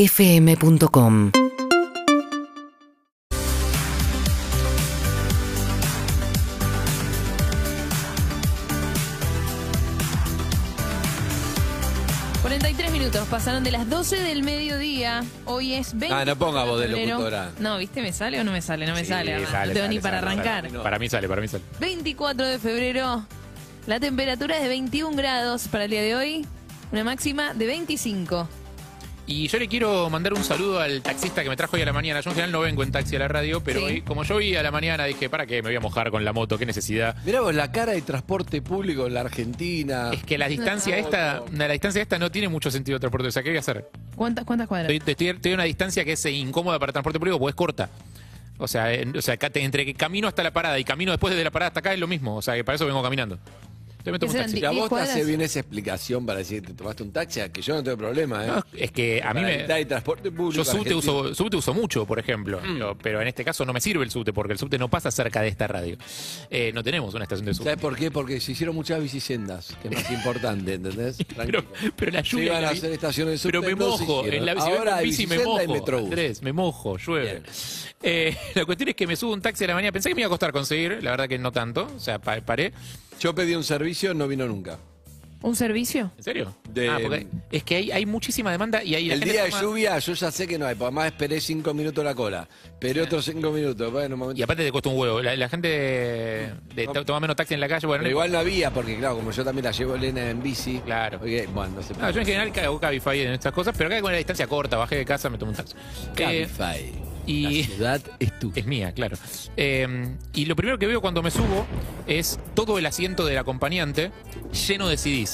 urbanaplayfm.com minutos pasaron de las 12 del mediodía. Hoy es 20. Ah, no ponga voz de febrero. locutora. No, ¿viste? ¿Me sale o no me sale? No me Sí, sale. Hernán. sale, no tengo sale, ni para sale, arrancar. sale. No, Para mí sale, para mí sale. 24 de febrero. La temperatura es de 21 grados para el día de hoy. Una máxima de 25. Y yo le quiero mandar un saludo al taxista que me trajo hoy a la mañana. Yo en general no vengo en taxi a la radio, pero Sí. hoy, como yo vi a la mañana, dije, ¿para qué? Me voy a mojar con la moto, qué necesidad. Mirá vos, la cara de transporte público en la Argentina. Es que la distancia esta, la distancia esta no tiene mucho sentido de transporte. O sea, ¿qué voy a hacer? ¿Cuántas, cuántas cuadras? Estoy, estoy- estoy a una distancia que es eh, incómoda para transporte público porque es corta. O sea, en- o sea, ca- te- entre que camino hasta la parada y camino después de la parada hasta acá es lo mismo. O sea, que para eso vengo caminando. Entonces me tomo un Ese taxi. Mira, ¿Y vos te cuadras? hace bien esa explicación para decir que te tomaste un taxi, que yo no tengo problema, ¿eh? No, es que a mí Para me... evitar el transporte público. Yo subte argentino. Mm. uso, subte uso mucho, por ejemplo. Digo, Pero en este caso no me sirve el subte, porque el subte no pasa cerca de esta radio. Eh, no tenemos una estación de subte. ¿Sabes por qué? Porque se hicieron muchas bicisendas, que es más importante, ¿entendés? Pero, Tranquilo. pero la Se lluvia. iban en a la hacer bi- estaciones de subte, pero me no se mojo. hicieron. En la bici, Ahora hay bici me bicicenda y mojo. metrobús. Andrés, me mojo, llueve. Bien. Eh, la cuestión es que me subo un taxi a la mañana. Pensé que me iba a costar conseguir, la verdad que no tanto. O sea, pa- paré. Yo pedí un servicio, no vino nunca. ¿Un servicio? ¿En serio? De- Ah, porque es que hay, hay muchísima demanda y hay la El gente día de toma- lluvia yo ya sé que no hay, porque además esperé cinco minutos la cola. Esperé otros cinco minutos, bueno, un Y momento. aparte te cuesta un huevo. La, la gente de- de- No. toma menos taxi en la calle. Bueno, Pero no igual no había, porque claro, como yo también la llevo a Elena en bici. Claro. porque, bueno, no se No, yo en general cago Cabify en estas cosas, pero acá con la distancia corta, bajé de casa, me tomé un taxi. Eh, Cabify. y- La ciudad es tu. es mía, claro. Eh, y lo primero que veo cuando me subo es todo el asiento del acompañante lleno de CDs.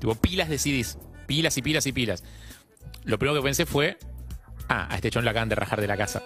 Tipo, pilas de CDs. Pilas y pilas y pilas. Lo primero que pensé fue, ah, a este chon lo acaban de rajar de la casa.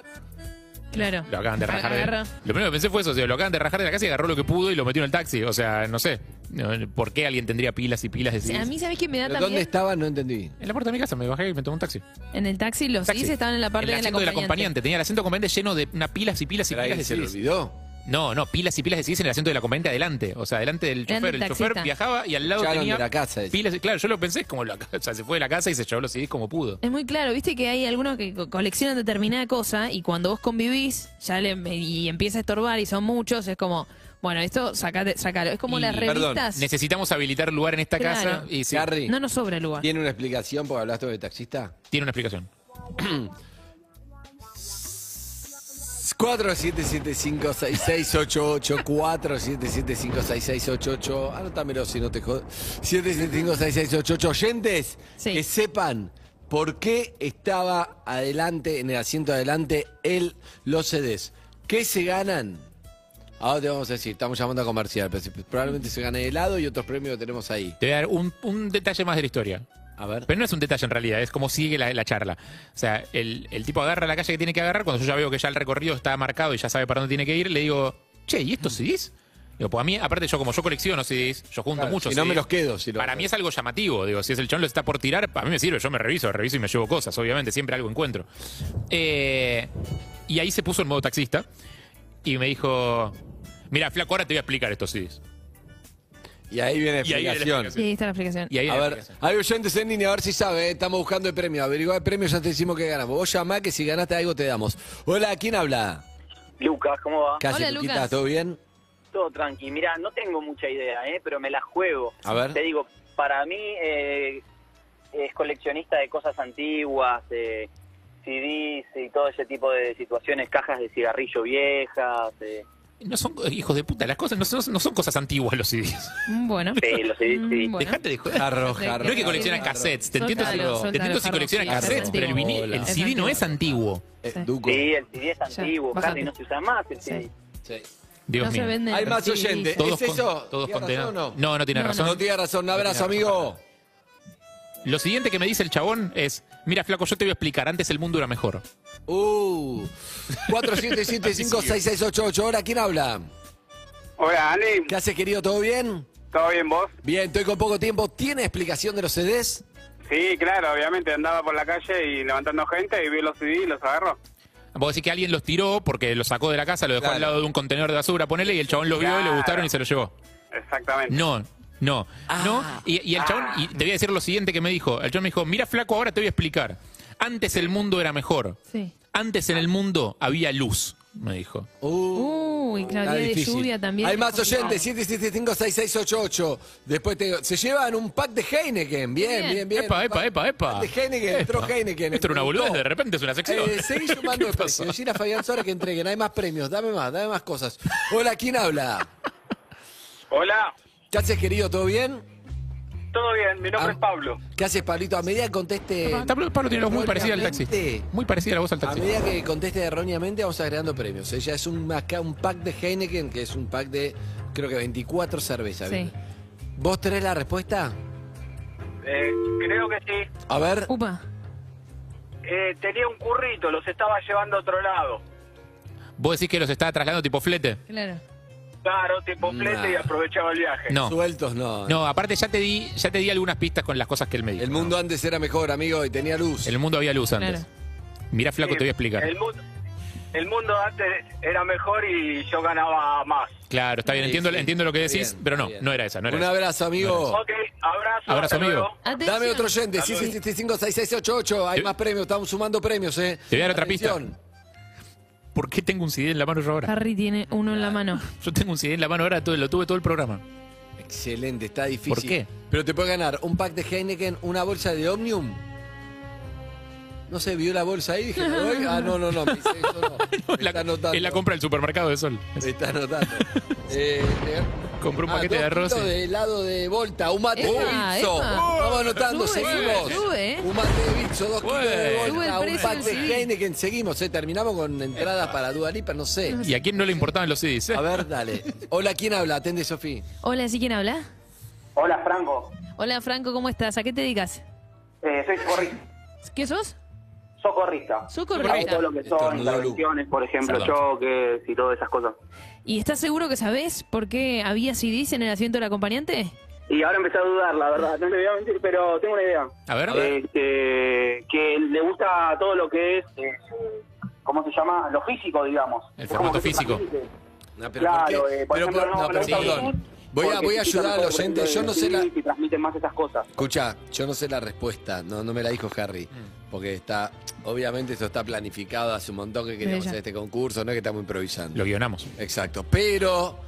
Claro. Lo acaban de rajar. de- Agarra. Lo primero que pensé fue eso, o sea, lo acaban de rajar de la casa y agarró lo que pudo y lo metió en el taxi. O sea, no sé, no, ¿por qué alguien tendría pilas y pilas de O sea, A CDs? mí, ¿sabés qué me da Pero también? ¿Dónde estaba? No entendí. En la puerta de mi casa me bajé y me tomé un taxi. En el taxi, los Taxi. CDs estaban en la parte el de la asiento del acompañante. acompañante. Tenía el asiento acompañante lleno de unas pilas y pilas y Pero pilas de alguien se le CDs. olvidó. No, no, pilas y pilas de CDs en el asiento del acompañante adelante. O sea, adelante del Grande chofer. El chofer taxista. viajaba y al lado Echaron tenía de la casa. ese. pilas. Claro, yo lo pensé es como la o sea, se fue de la casa y se llevó los CDs como pudo. Es muy claro, viste que hay algunos que co- coleccionan determinada cosa y cuando vos convivís ya le, y empieza a estorbar y son muchos, es como, bueno, esto sacate, sacalo. Es como Y- las perdón, revistas. Necesitamos habilitar lugar en esta Claro. casa y sí, Carrie, no nos sobra lugar. ¿tiene una explicación porque hablaste de taxista? tiene una explicación. 47756688 47756688 Anótamelo si no te jodas. 47756688 Oyentes, Sí. que sepan por qué estaba adelante, en el asiento adelante, el, los CDs. ¿Qué se ganan? Ahora te vamos a decir, estamos llamando a comercial, pero si- probablemente se gane helado y otros premios que tenemos ahí. Te voy a dar un, un detalle más de la historia. A ver. Pero no es un detalle en realidad, es como sigue la, la charla. O sea, el, el tipo agarra la calle que tiene que agarrar. Cuando yo ya veo que ya el recorrido está marcado y ya sabe para dónde tiene que ir, le digo, che, ¿y estos CDs? Digo, pues a mí, aparte, yo como yo colecciono CDs, yo junto Claro, muchos si no CDs. me los quedo. Si Para mí es algo llamativo, digo, si es el chon lo está por tirar, a mí me sirve, yo me reviso, reviso y me llevo cosas, obviamente, siempre algo encuentro. Eh, y ahí se puso en modo taxista y me dijo, mira, flaco, ahora te voy a explicar estos CDs. Y ahí viene la Y ahí viene explicación. la explicación. Y ahí está la explicación. Y ahí A ver, hay oyentes en línea, a ver si sabe, eh, estamos buscando el premio. Averigua el premio, ya te decimos que ganamos. Vos llamá que si ganaste algo te damos. Hola, ¿quién habla? Lucas, ¿cómo va? ¿Qué hace, Hola, Luquita? Lucas. ¿Todo bien? Todo tranqui. Mirá, no tengo mucha idea, ¿eh? pero me la juego. A ver. Te digo, para mí eh, es coleccionista de cosas antiguas, eh, CDs y todo ese tipo de situaciones, cajas de cigarrillo viejas. Eh, No son, hijos de puta, las cosas no son, no son cosas antiguas los CDs. Mm, Bueno. sí, los CDs, sí. Mm, bueno. Dejate de joder. Jarro, jarro. No es que coleccionan jarro. cassettes, te entiendo, si- Soltalo, te entiendo si soltalo, coleccionan Jarro, sí, cassettes, es pero el, antiguo. vinil- el Es CD no es antiguo. Eh, Sí. Duco. Sí, el CD es Ya, antiguo, bájate. casi no se usa más el Sí. CD. Sí. Dios no mío. se venden. Hay más Sí, oyentes. sí. Todos ¿Es con- eso? Todos ¿Tiene condenados. razón o no? no, no tiene No, razón. No tiene razón, un abrazo, tiene razón. amigo. Lo siguiente que me dice el chabón es, mira, flaco, yo te voy a explicar, antes el mundo era mejor. Uh. 47756688. Hola, ¿quién habla? Hola, Ale. ¿Qué haces, querido? ¿Todo bien? ¿Todo bien vos? Bien, estoy con poco tiempo. ¿Tiene explicación de los CDs? Sí, claro, obviamente andaba por la calle y levantando gente y vi los CD y los agarro. Vos decís que alguien los tiró porque los sacó de la casa, lo dejó Claro. al lado de un contenedor de basura, ponele, y el chabón lo vio, Claro. le gustaron y se lo llevó. Exactamente. No, No, Ah. no. Y, y el chabón, y te voy a decir lo siguiente que me dijo. El chabón me dijo, mira flaco, ahora te voy a explicar. Antes el mundo era mejor. Sí. Antes en el mundo había luz, me dijo. Uh, Uy, claro, está día de difícil. lluvia también. Hay es más complicado. oyentes, 775-6688. Después te- se llevan un pack de Heineken. Bien, Bien. bien, bien. Epa, Un epa, pack- epa, epa. pack De Heineken, entró Heineken. Esto era una boludez, Entró. de repente es una sección. Eh, seguí sumando ¿Qué de pasó? precio. Decir a Fabián Sora que entreguen. Hay más premios. Dame más, dame más cosas. Hola, ¿quién habla? Hola, ¿Qué haces, querido? ¿Todo bien? todo bien, mi nombre Ah. es Pablo. ¿Qué haces, Pablito? A medida que conteste. Ah, Pablo Pablo tiene la voz muy parecida al taxi. erróneamente, Muy parecida a la voz al A taxi. medida que conteste erróneamente, vamos agregando premios. Ella es un, acá un pack de Heineken, que es un pack de, creo que 24 cervezas. Sí. ¿Vos tenés la respuesta? Eh, creo que sí. A ver. Upa. Eh, tenía un currito, los estaba llevando a otro lado. ¿Vos decís que los está trasladando tipo flete? Claro. Claro, tipo Mm. flete y aprovechaba el viaje. Ah. No. Sueltos no. No, aparte ya te di, ya te di algunas pistas con las cosas que él me dijo. El mundo antes era mejor, amigo, y tenía luz. El mundo había luz antes. Claro. Mirá, flaco, Sí, te voy a explicar. El mundo, el mundo antes era mejor y yo ganaba más. Claro, está bien, Sí, entiendo, sí. entiendo lo que Está decís, bien, pero no, está bien. no era esa, no era Un esa. abrazo, amigo. Ok, abrazo. Oh. Abrazo, hasta amigo. luego. Atención. Dame otro oyente, Salud. 775-6688. Hay Te- más premios, estamos sumando premios, ¿eh? Te voy a dar otra pista. Atención. ¿Por qué tengo un CD en la mano yo ahora? Harry tiene uno en la mano. Yo tengo un CD en la mano ahora, todo- lo tuve todo el programa. Excelente, está difícil. ¿Por qué? Pero te puede ganar un pack de Heineken, una bolsa de Omnium. No sé, vio la bolsa ahí y dije, ¿me doy? Ah, no, no, no, me hice eso no. Me En la, está anotando. en la compra del supermercado de Sol. Me está anotando. eh, eh, Compré un ah, paquete de dos arroz. kilos y- de helado de Volta, un mate Epa, de Bitso. epa. Vamos anotando, Sube, seguimos. sube, eh. Un mate de Bitso, dos kilos de Sube. Sube el Volta, un precio pack del de CD. Heineken. Seguimos, eh, terminamos con entradas para Dua Lipa, no sé. ¿Y a quién no le importaban los CDs? eh? A ver, dale. Hola, ¿quién habla? Atende, Sofía. Hola, ¿sí quién habla? Hola, Franco. Eh, Hola, Franco, ¿cómo estás? ¿A qué te dedicas? soy socorrista. ¿Qué sos? Socorrista. Hago Socorrista. todo lo que Estornudó son Lu. intervenciones, por ejemplo, Perdón. choques y todas esas cosas. ¿Y estás seguro que sabés por qué había CDs en el asiento del acompañante? Y ahora empecé a dudar, la verdad, no le voy a mentir, pero tengo una idea. A ver, Este, que le gusta todo lo que es, eh, ¿cómo se llama? Lo físico, digamos. El Es como formato que se físico. transmite. No, Claro, ¿por qué? eh, por Pero, ejemplo, pero- no, no, pero no, perdón. no, Voy a, porque voy a sí, ayudar a por los ejemplo, oyentes. Yo no sé sí, la. que transmiten más esas cosas. Escucha, yo no sé la respuesta. No, no me la dijo Harry. Porque está. Obviamente, esto está planificado hace un montón que queríamos Ella. hacer este concurso, no es que estamos improvisando. lo guionamos. Exacto. Pero.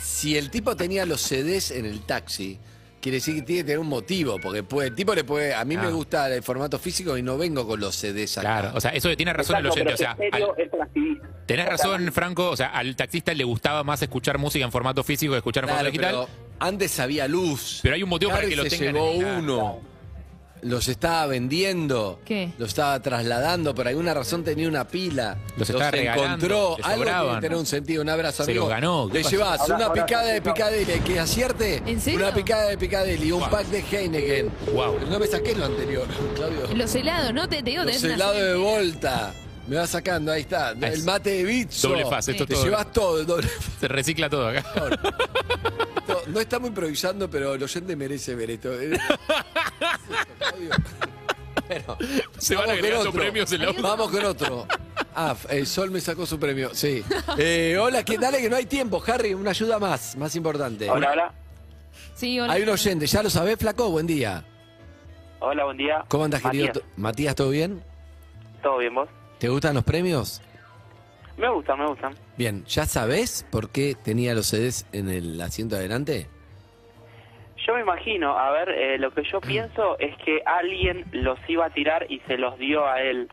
Si el tipo tenía los CDs en el taxi. Quiere decir que tiene que tener un motivo, porque puede- el tipo le puede... A mí Ah. me gusta el formato físico y no vengo con los CDs acá. Claro, o sea, eso tiene razón el Exacto, oyente. pero O sea, en serio al- es transcribir. tenés O sea, razón, Franco. O sea, al taxista le gustaba más escuchar música en formato físico que escuchar en Claro, formato digital. pero antes había luz. Pero hay un motivo para Harry que lo se tengan llevó en la- uno. Los estaba vendiendo. ¿Qué? Los estaba trasladando. Por alguna razón tenía una pila. Los estaba regalando, encontró. les Algo tiene que sobraban. tener un sentido. Un abrazo, Se amigo. los ganó. ¿Qué Le pasa? llevas una Abrazo, picada de abrazo. picadeli. Que acierte. ¿En serio? Una picada de picadeli. Un Guau. pack de Heineken. Guau. Pero No me saqué lo anterior, Claudio. Los helados, ¿no? Te, te digo, tenés Los una helados de suerte. Volta. Me va sacando, ahí está. Ahí El es. mate de bicho. Doble fase, esto Te todo. llevas todo, doble Se recicla todo acá. no, no estamos improvisando, pero el oyente merece ver esto. Eh, Bueno, Se van vamos con agregando otro. premios en la hoja. Vamos con otro. Ah, f- el Sol me sacó su premio, sí. Eh, hola, ¿qué Dale que no hay tiempo, Harry, una ayuda más, más importante. Hola, hola. Sí, hola. Hay un oyente, ¿ya lo sabés, flaco? Buen día. Hola, buen día. ¿Cómo andas, querido? Matías, Matías, ¿todo bien? ¿Todo bien vos? ¿Te gustan los premios? Me gustan, me gustan. Bien, ¿ya sabés por qué tenía los CDs en el asiento adelante? Yo me imagino, a ver, eh, lo que yo pienso es que alguien los iba a tirar y se los dio a él.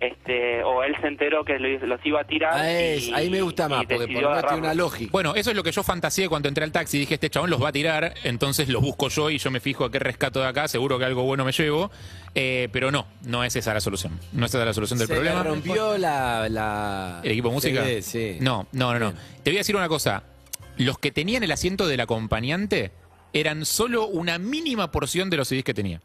Este, o él se enteró que lo- los iba a tirar. Ah, es, y- ahí me gusta y más, porque por decidió lo menos tiene agarrarlos. una lógica. Bueno, eso es lo que yo fantaseé cuando entré al taxi. Dije, este chabón los va a tirar, entonces los busco yo y yo me fijo a qué rescato de acá, seguro que algo bueno me llevo. Eh, pero no, no es esa la solución. No es esa la solución del Se problema. le rompió la, la- ¿El equipo de música? Sí, sí. No, no, no, no. Te voy a decir una cosa. Los que tenían el asiento del acompañante eran solo una mínima porción de los CDs que tenía.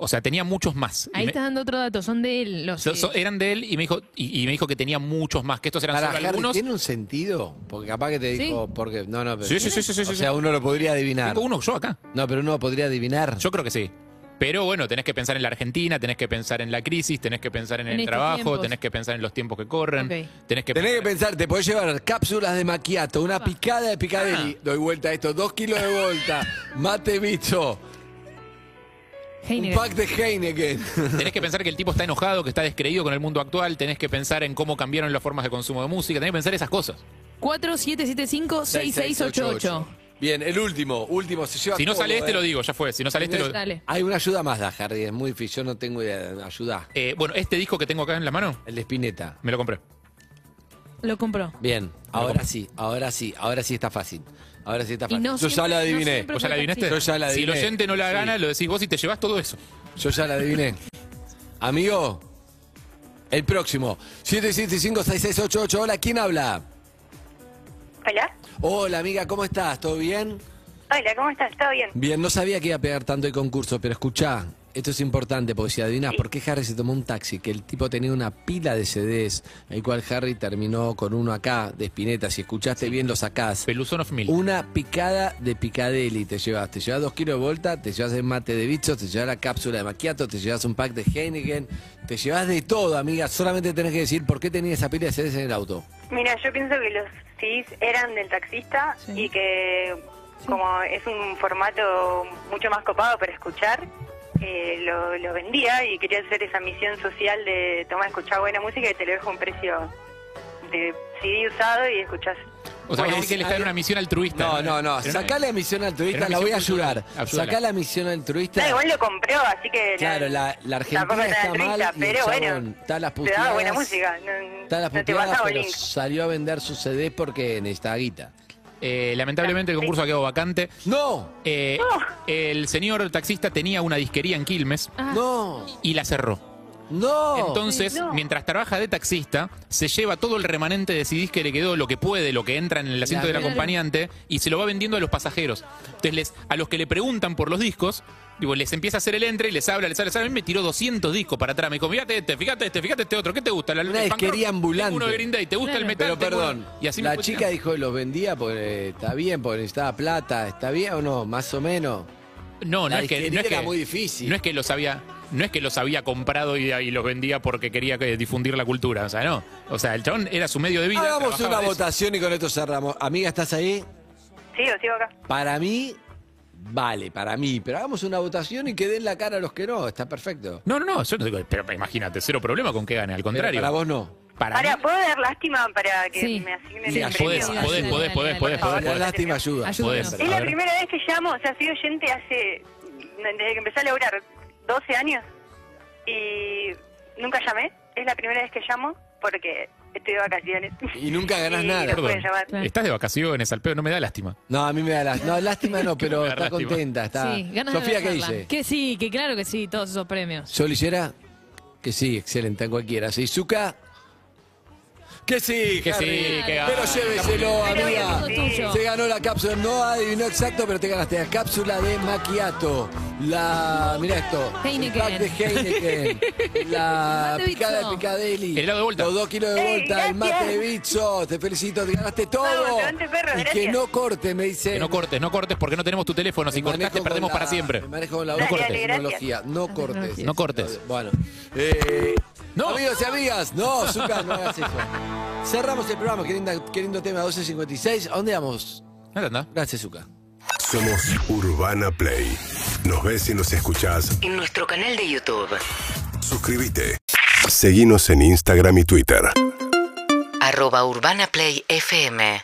O sea, tenía muchos más. Y Ahí me- estás dando otro dato, son de él. Los, so- so- eran de él y me dijo y, y me dijo que tenía muchos más, que estos eran Para solo Harry, algunos. ¿tiene un sentido? Porque capaz que te Sí. dijo, porque. No, no, pero. Sí, sí, sí, sí, sí, O sí. sea, uno lo podría adivinar. Tengo uno yo acá. No, pero uno lo podría adivinar. Yo creo que sí. Pero bueno, tenés que pensar en la Argentina, tenés que pensar en la crisis, tenés que pensar en, En el estos trabajo, tiempos. tenés que pensar en los tiempos que corren, Ok. tenés que Tenés que pensar, te podés llevar cápsulas de maquiato, Ah. una picada de picadeli, Ah. doy vuelta a esto, dos kilos de vuelta, mate bicho, un Heineken. pack de Heineken. Tenés que pensar que el tipo está enojado, que está descreído con el mundo actual, tenés que pensar en cómo cambiaron las formas de consumo de música, tenés que pensar esas cosas. 4775-6688. Bien, el último, último, se lleva Si no todo, sale este ¿eh? lo digo, ya fue, si no sale este lo... Dale. Hay una ayuda más, da, Harry, es muy difícil, yo no tengo idea, ayuda. Eh, bueno, este disco que tengo acá en la mano, El de Spinetta. me lo compré. Lo compró. Bien, ahora sí, ahora sí, ahora sí está fácil. Ahora sí está Y fácil. no yo ya siempre- lo no adiviné. siempre ¿Vos ya la fue adivinaste? así. Yo ya la Si el adiviné. oyente no la Sí. gana, lo decís vos y te llevas todo eso. Yo ya la adiviné. Amigo, el próximo. 775-6688. Hola, ¿quién habla? Hola. Hola, amiga, ¿cómo estás? ¿Todo bien? Hola, ¿cómo estás? ¿Todo bien? Bien, no sabía que iba a pegar tanto el concurso, pero escuchá, esto es importante, porque si adivinas por qué Harry se tomó un taxi, que el tipo tenía una pila de CDs, el cual Harry terminó con uno acá, de Spinetta, si escuchaste bien lo sacás. Peluzón of Mil. Una picada de picadeli te llevas. Te llevas dos kilos de volta, te llevas el mate de bichos, te llevas la cápsula de maquiato, te llevas un pack de Heineken, te llevas de todo, amiga. Solamente tenés que decir por qué tenía esa pila de CDs en el auto. Mira, yo pienso que los CDs eran del taxista Sí. y que como es un formato mucho más copado para escuchar, eh, lo, lo vendía y quería hacer esa misión social de toma, escuchar buena música y te lo dejo a un precio de CD usado y escuchás. O sea, Bueno, parece que él está en una misión altruista. No, no, no. Era una- Sacá la misión Era altruista, una la voy a misión ayudar. cultural. Ayúdala. Sacá la misión altruista. No, igual lo compró, así que... Claro, la, la Argentina tampoco era está altruista, mal y el pero chabón bueno, está a las te daba buena puteadas, música. No, Está a las no te puteadas, pasaba pero link. salió a vender sus CDs porque necesitaba guita. Eh, lamentablemente el concurso ha quedado vacante. ¡No! Eh, el señor taxista tenía una disquería en Quilmes Ah, ¡No! y la cerró. ¡No! Entonces, Ay, no. mientras trabaja de taxista, se lleva todo el remanente de CDs que le quedó, lo que puede, lo que entra en el asiento Claro. del acompañante, y se lo va vendiendo a los pasajeros. Entonces, les, a los que le preguntan por los discos, digo, les empieza a hacer el entre y les habla, les habla, les habla. A mí me tiró 200 discos para atrás. Me dijo, mirate este, fíjate este, fíjate este otro. ¿Qué te gusta? La, Una el punk disquería rock, ambulante. tengo uno de Green Day, ¿te gusta Claro. el metal? Pero Tengo uno- perdón, Y así me la fue chica tirando. dijo que los vendía porque eh, está bien, porque necesitaba plata, ¿está bien o no? Más o menos. No, no La es que, no disquería es que- era muy difícil. No es que los había, no es que los había comprado y, y los vendía porque quería que- difundir la cultura. O sea, no. O sea, el chabón era su medio de vida. Hagamos trabajaba una de eso. votación y con esto cerramos. Amiga, ¿estás ahí? Sigo, sigo acá. Para mí, vale, para mí. Pero hagamos una votación y que den la cara a los que no. Está perfecto. No, no, no, yo no digo, pero imagínate, cero problema con que gane, al contrario. Pero para vos no. Para Ahora, mí, ¿puedo dar lástima para que Sí. me asignen Sí, el ayuda, premio? podés, Ayuda, podés, ayuda, podés, dale, podés, dale, podés, por favor. podés. La lástima ayuda. Ayúdanos. Podés. Es A la ver. primera vez que llamo, o sea, soy oyente hace, desde que empecé a laburar, 12 años, y nunca llamé. Es la primera vez que llamo porque estoy de vacaciones. Y nunca ganás Y nada. no pude Perdón. llamar. Claro. Estás de vacaciones, al pedo, no me da lástima. No, a mí me da lástima. No, lástima no, pero Me da está lástima. contenta. Está. Sí, ganas de Sofía, ¿qué abrazarla. dice? Que sí, que claro que sí, todos esos premios. Solillera, que sí, excelente, en cualquiera. Seizuka, que sí, Que sí, Harry. que Pero gana. lléveselo, Pero voy a amiga. todo tuyo. Se ganó la cápsula, no adivinó exacto, pero te ganaste la cápsula de Maquiato. La. Mira esto. Heineken. El pack de Heineken. la Mate bicho. picada de Picadeli. El helado de Volta. Los dos kilos de Ey, vuelta, el mate gracias. de bicho. Te felicito, te ganaste todo. Vamos, adelante, perro, y que gracias. no corte, me dice. Que no cortes, no cortes porque no tenemos tu teléfono. Si Me manejo cortás, te con perdemos la- para siempre. Me manejo con la Dale, otra dale, tecnología. No cortes. No cortes. Bueno. eh, No. Amigos y amigas, no, Zucca, no hagas eso. Cerramos el programa, qué, linda- qué lindo tema, 12.56. ¿A dónde vamos? No, no, no. Gracias, Zucca. Somos Urbana Play. Nos ves y nos escuchás. En nuestro canal de YouTube. Suscríbete. Seguinos en Instagram y Twitter. Arroba Urbana Play FM.